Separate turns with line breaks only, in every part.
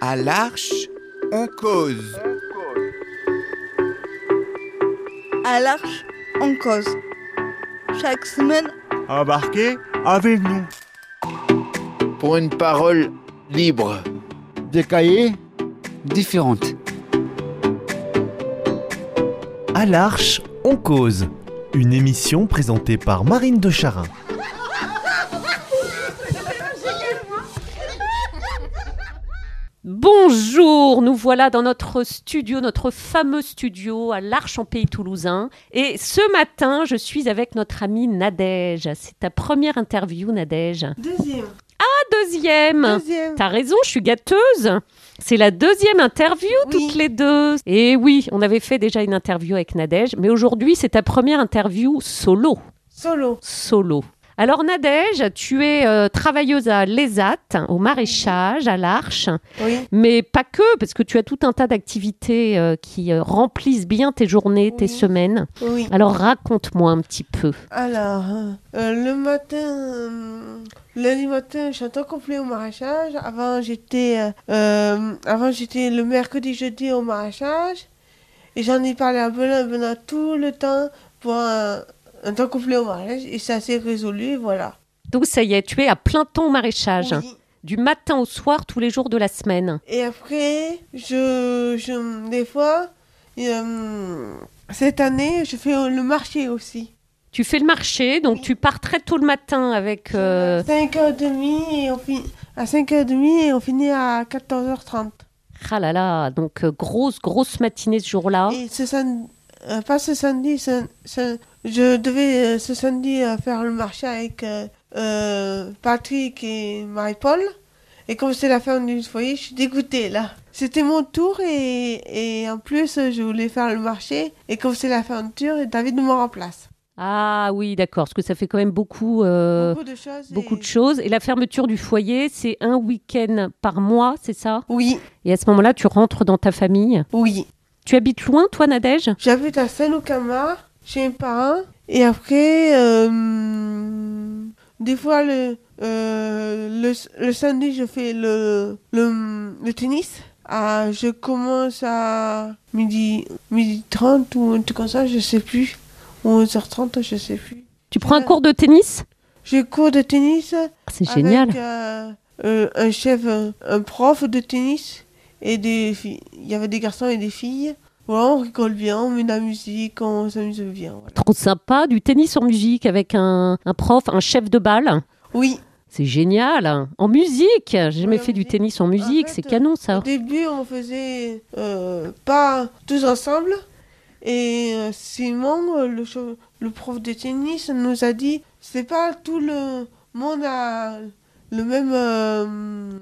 À l'arche, on cause.
À l'arche, on cause. Chaque semaine,
Embarquez avec nous.
pour une parole libre.
Des cahiers
différentes. À l'Arche, on cause. Une émission présentée par Marine de Charin.
Bonjour, nous voilà dans notre studio, notre fameux studio à l'Arche en Pays Toulousain. Et ce matin, je suis avec notre amie Nadège. C'est ta première interview, Nadège.
Deuxième.
La deuxième.
Deuxième.
T'as raison, je suis gâteuse. C'est la deuxième interview
Oui.
toutes les deux. Et oui, on avait fait déjà une interview avec Nadège, mais aujourd'hui, c'est ta première interview solo.
Solo.
solo. Alors Nadège, tu es euh, travailleuse à l'ESAT, au maraîchage, à l'Arche,
Oui.
mais pas que, parce que tu as tout un tas d'activités euh, qui euh, remplissent bien tes journées, tes
Oui.
semaines.
Oui.
Alors raconte-moi un petit peu.
Alors, euh, euh, le matin, euh, lundi matin, je suis en temps complet au maraîchage. Avant, j'étais, euh, euh, avant, j'étais le mercredi, jeudi au maraîchage. Et j'en ai parlé à Benoît, Benoît tout le temps pour un, un temps complet au maraîchage. Et ça s'est résolu, et voilà.
Donc ça y est, tu es à plein temps au maraîchage,
Oui.
du matin au soir, tous les jours de la semaine.
Et après, je, je, des fois, euh, cette année, je fais le marché aussi.
Tu fais le marché, donc tu pars très tôt le matin avec... euh,
5h30 et on finit à 5h30 et on finit à 14h30.
Ah là là, donc euh, grosse, grosse matinée ce jour-là.
Et ce samedi, pas ce samedi, ce- ce- je devais euh, ce samedi euh, faire le marché avec euh, euh, Patrick et Marie-Paul. Et comme c'est la fin du foyer, je suis dégoûtée là. C'était mon tour et, et en plus euh, je voulais faire le marché. Et comme c'est la fin du tour, David me remplace.
Ah oui, d'accord, parce que ça fait quand même beaucoup... euh,
beaucoup de choses.
beaucoup
et-
de choses. Et la fermeture du foyer, c'est un week-end par mois, c'est ça
Oui,
Et à ce moment-là, tu rentres dans ta famille.
oui.
Tu habites loin, toi, Nadège
J'habite à Saint-Lucamar, chez mes parents. Et après, euh, des fois, le, euh, le, le samedi, je fais le, le, le tennis. Ah, je commence à midi, midi 30 ou un truc comme ça, je sais plus. Ou 11h30, je sais plus.
Tu prends un
Euh,
cours de tennis
J'ai cours de tennis
Ah, C'est génial.
avec euh, euh, un chef, un, un prof de tennis et des filles. Il y avait des garçons et des filles. Voilà, on rigole bien, on met de la musique, on s'amuse bien. voilà.
Trop sympa, du tennis en musique avec un, un prof, un chef de balle.
Oui,
C'est génial. En musique J'ai jamais
en
fait du
musique.
tennis en
fait,
musique,
euh,
c'est canon ça.
au début, on faisait euh, pas tous ensemble. Et euh, Simon, euh, le, cho- le prof de tennis, nous a dit c'est pas tout le monde a le même, euh,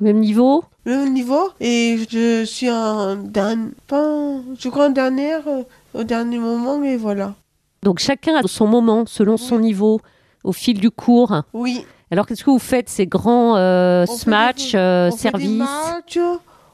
Même niveau
le même niveau. Et je suis en dernier, pas, je crois en dernière, euh, au dernier moment, mais voilà.
Donc chacun a son moment, selon son niveau, au fil du cours.
Oui,
Alors qu'est-ce que vous faites ces grands euh,
On fait des-
smash, euh,
on fait des
services
matchs,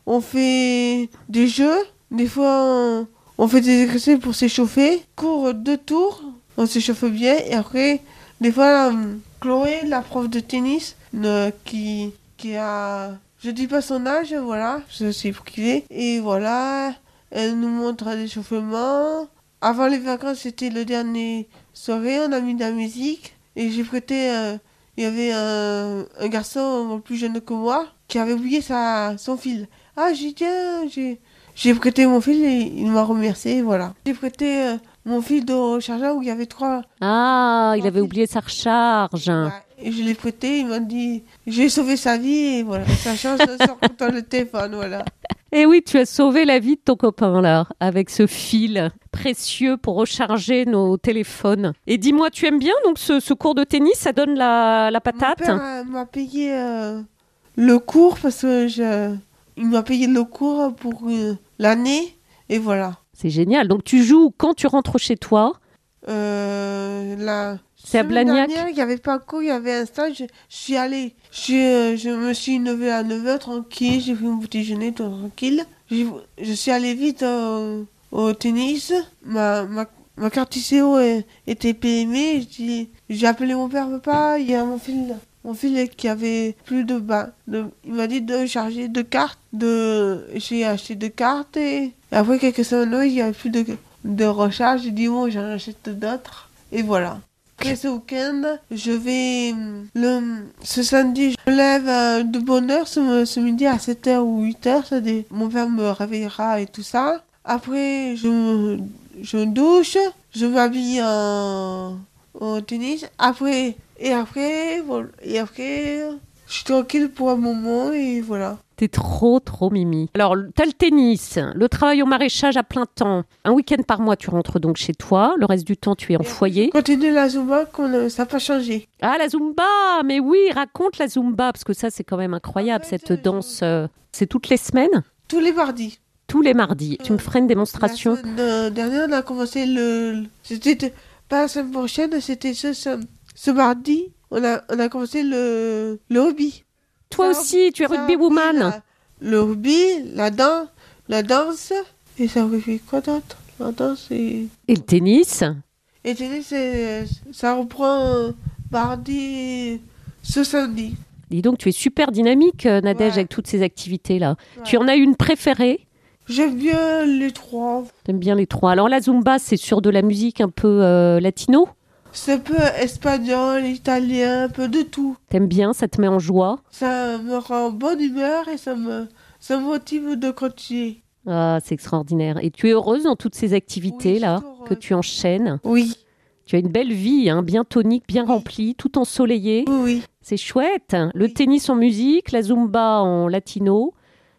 on fait des jeux, des fois on, on fait des exercices pour s'échauffer, cours deux tours, on s'échauffe bien et après, des fois, hum, Chloé, la prof de tennis, ne- qui, qui a, je dis pas son âge, voilà, je suis privé, et voilà, elle nous montre l'échauffement. Avant les vacances, c'était le dernier soirée, on a mis de la musique et j'ai prêté. euh, il y avait un, un garçon euh, plus jeune que moi qui avait oublié sa, son fil. Ah, j'ai dit, tiens, j'ai, j'ai prêté mon fil et il m'a remercié, voilà. J'ai prêté euh, mon fil de rechargeur où il y avait trois.
Ah, il
En
avait
plus-
oublié sa recharge.
Et je l'ai prêté, il m'a dit, j'ai sauvé sa vie et voilà. Sa chance sort dans le téléphone, voilà.
Eh oui, tu as sauvé la vie de ton copain là, avec ce fil précieux pour recharger nos téléphones. Et dis-moi, tu aimes bien donc ce, ce cours de tennis Ça donne la,
Mon
la patate
père euh, m'a payé euh, le cours parce que je. Il m'a payé le cours pour euh, l'année et voilà.
C'est génial. Donc tu joues quand tu rentres chez toi.
Euh, la
C'est à
semaine
Blagnac
dernière, Il n'y avait pas cours, il y avait un stage. Je, je suis allée. Je, suis, euh, je me suis levée à 9h tranquille. J'ai pris mon petit déjeuner tout tranquille. J'ai- je suis allée vite euh, au tennis. Ma, ma, ma carte ICO est- était PME. J'ai j'ai appelé mon père, papa, il y a mon fil. Mon fils il- qui avait plus de bain. de- il m'a dit de charger deux cartes. De, j'ai acheté deux cartes et, et après quelques semaines, il n'y avait plus de, de recharge. J'ai dit bon, j'en achète d'autres. Et voilà. Après ce week-end, je vais hum, le ce samedi, je me lève euh, de bonne heure ce, ce midi à 7h ou 8h, ça dé- mon père me réveillera et tout ça. Après, je me, je me douche, je m'habille en, en tennis. Après et après voilà. et après je suis tranquille pour un moment et voilà.
T'es trop, trop mimi. Alors, t'as le tennis, le travail au maraîchage à plein temps. Un week-end par mois, tu rentres donc chez toi. Le reste du temps, tu es en
Et après,
foyer.
Continue la Zumba, qu'on a- ça n'a pas changé.
Ah, la Zumba Mais oui, raconte la Zumba, parce que ça, c'est quand même incroyable,
En fait,
cette
euh,
danse. euh, C'est toutes les semaines
Tous les mardis.
Tous les mardis. Tu me
Mm.
feras une démonstration
La semaine euh, dernière, on a commencé le. le- C'était pas la semaine prochaine, c'était ce, ce, ce mardi. On a, on a commencé le, le hobby.
Toi
ça,
aussi, tu es rugby woman.
La- le hobby, la danse, la danse. Et ça fait quoi d'autre La danse et.
Et le tennis
Et tennis, c'est- ça reprend euh, mardi, ce samedi.
Dis donc, tu es super dynamique, euh, Nadège,
Ouais.
avec toutes ces activités-là.
Ouais.
Tu en as une préférée
J'aime bien les trois.
J'aime bien les trois. Alors, la Zumba, c'est sur de la musique un peu euh, latino
C'est un peu espagnol, italien, un peu de tout.
T'aimes bien, ça te met en joie
Ça me rend en bonne humeur et ça me, ça me motive de continuer.
Ah, c'est extraordinaire. Et tu es heureuse dans toutes ces activités
Oui,
là
je suis heureuse.
que tu enchaînes.
Oui,
Tu as une belle vie, hein, bien tonique, bien remplie, tout ensoleillé.
oui, oui.
C'est chouette. Le
Oui.
tennis en musique, la zumba en latino,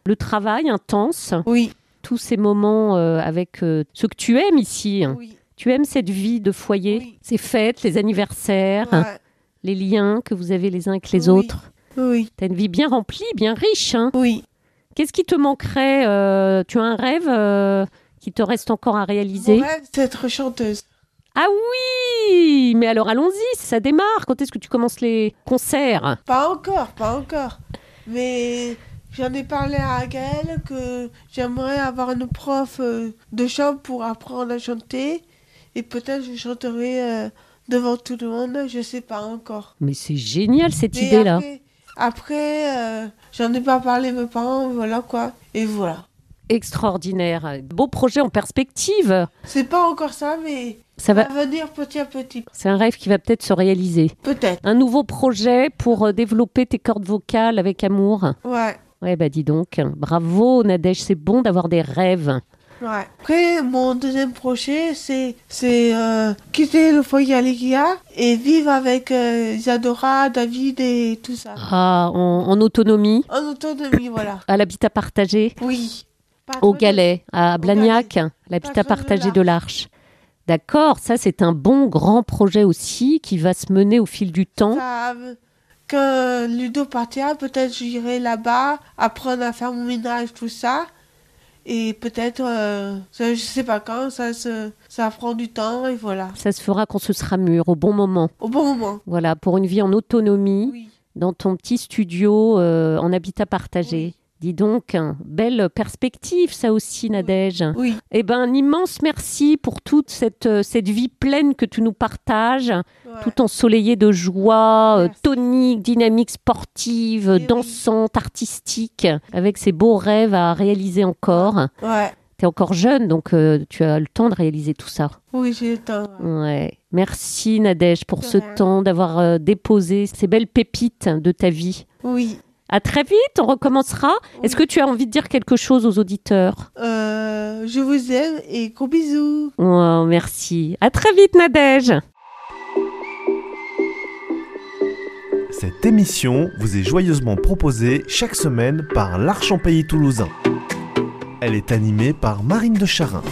le travail intense,
Oui,
tous ces moments euh, avec euh, ce que tu aimes ici. hein.
oui.
Tu aimes cette vie de foyer,
Oui.
ces fêtes, les anniversaires, hein,
ouais,
les liens que vous avez les uns avec les
Oui.
autres.
oui,
T'as une vie bien remplie, bien riche. hein.
oui.
Qu'est-ce qui te manquerait euh, Tu as un rêve euh, qui te reste encore à réaliser
Mon rêve, c'est être chanteuse.
Ah oui Mais alors allons-y, ça démarre. Quand est-ce que tu commences les concerts
Pas encore, pas encore. Mais j'en ai parlé à Gaëlle que j'aimerais avoir une prof euh, de chant pour apprendre à chanter. Et peut-être je chanterai euh, devant tout le monde, je sais pas encore.
Mais c'est génial cette
Mais
idée-là.
Après, après, euh, j'en ai pas parlé à mes parents, voilà quoi. Et voilà.
Extraordinaire. Beau projet en perspective.
C'est pas encore ça, mais
Ça
ça
va.
va venir petit à petit.
C'est un rêve qui va peut-être se réaliser.
Peut-être.
Un nouveau projet pour euh, développer tes cordes vocales avec amour.
Ouais,
Ouais, bah dis donc. Bravo, Nadège, c'est bon d'avoir des rêves.
ouais. Après, mon deuxième projet, c'est c'est euh, quitter le foyer à l'IKEA et vivre avec euh, Isadora, David et tout ça.
Ah, en, en autonomie,
En autonomie, voilà.
à l'habitat partagé,
Oui. Pas trop
au
de-
Galet, à Blagnac,
Pas trop
l'habitat
de
partagé
l'Arche.
de l'Arche. D'accord, ça c'est un bon grand projet aussi qui va se mener au fil du temps.
Ça, euh, Quand Ludo partira, peut-être j'irai là-bas, apprendre à faire mon ménage, tout ça. Et peut-être, euh, ça, je sais pas quand, ça, se, ça prend du temps et voilà.
Ça se fera quand ce sera mûr, au bon moment.
Au bon moment.
Voilà, pour une vie en autonomie,
Oui.
dans ton petit studio euh, en habitat partagé.
Oui.
Dis donc, hein, belle perspective ça aussi, Nadège.
Oui.
Eh ben, un immense merci pour toute cette, euh, cette vie pleine que tu nous partages.
ouais.
tout ensoleillé de joie, euh,
Merci.
tonique, dynamique, sportive,
Eh oui.
dansante, artistique, avec ces beaux rêves à réaliser encore.
Ouais.
T'es encore jeune, donc euh, tu as le temps de réaliser tout ça.
Oui, j'ai le temps. ouais.
Ouais. Merci Nadège pour
De
ce
rien.
temps d'avoir euh, déposé ces belles pépites de ta vie.
Oui.
À très vite, on recommencera. Est-ce que tu as envie de dire quelque chose aux auditeurs
Euh, je vous aime et gros bisous.
Oh, Merci. À très vite Nadège.
Cette émission vous est joyeusement proposée chaque semaine par l'Arche en Pays Toulousain. Elle est animée par Marine de Charin.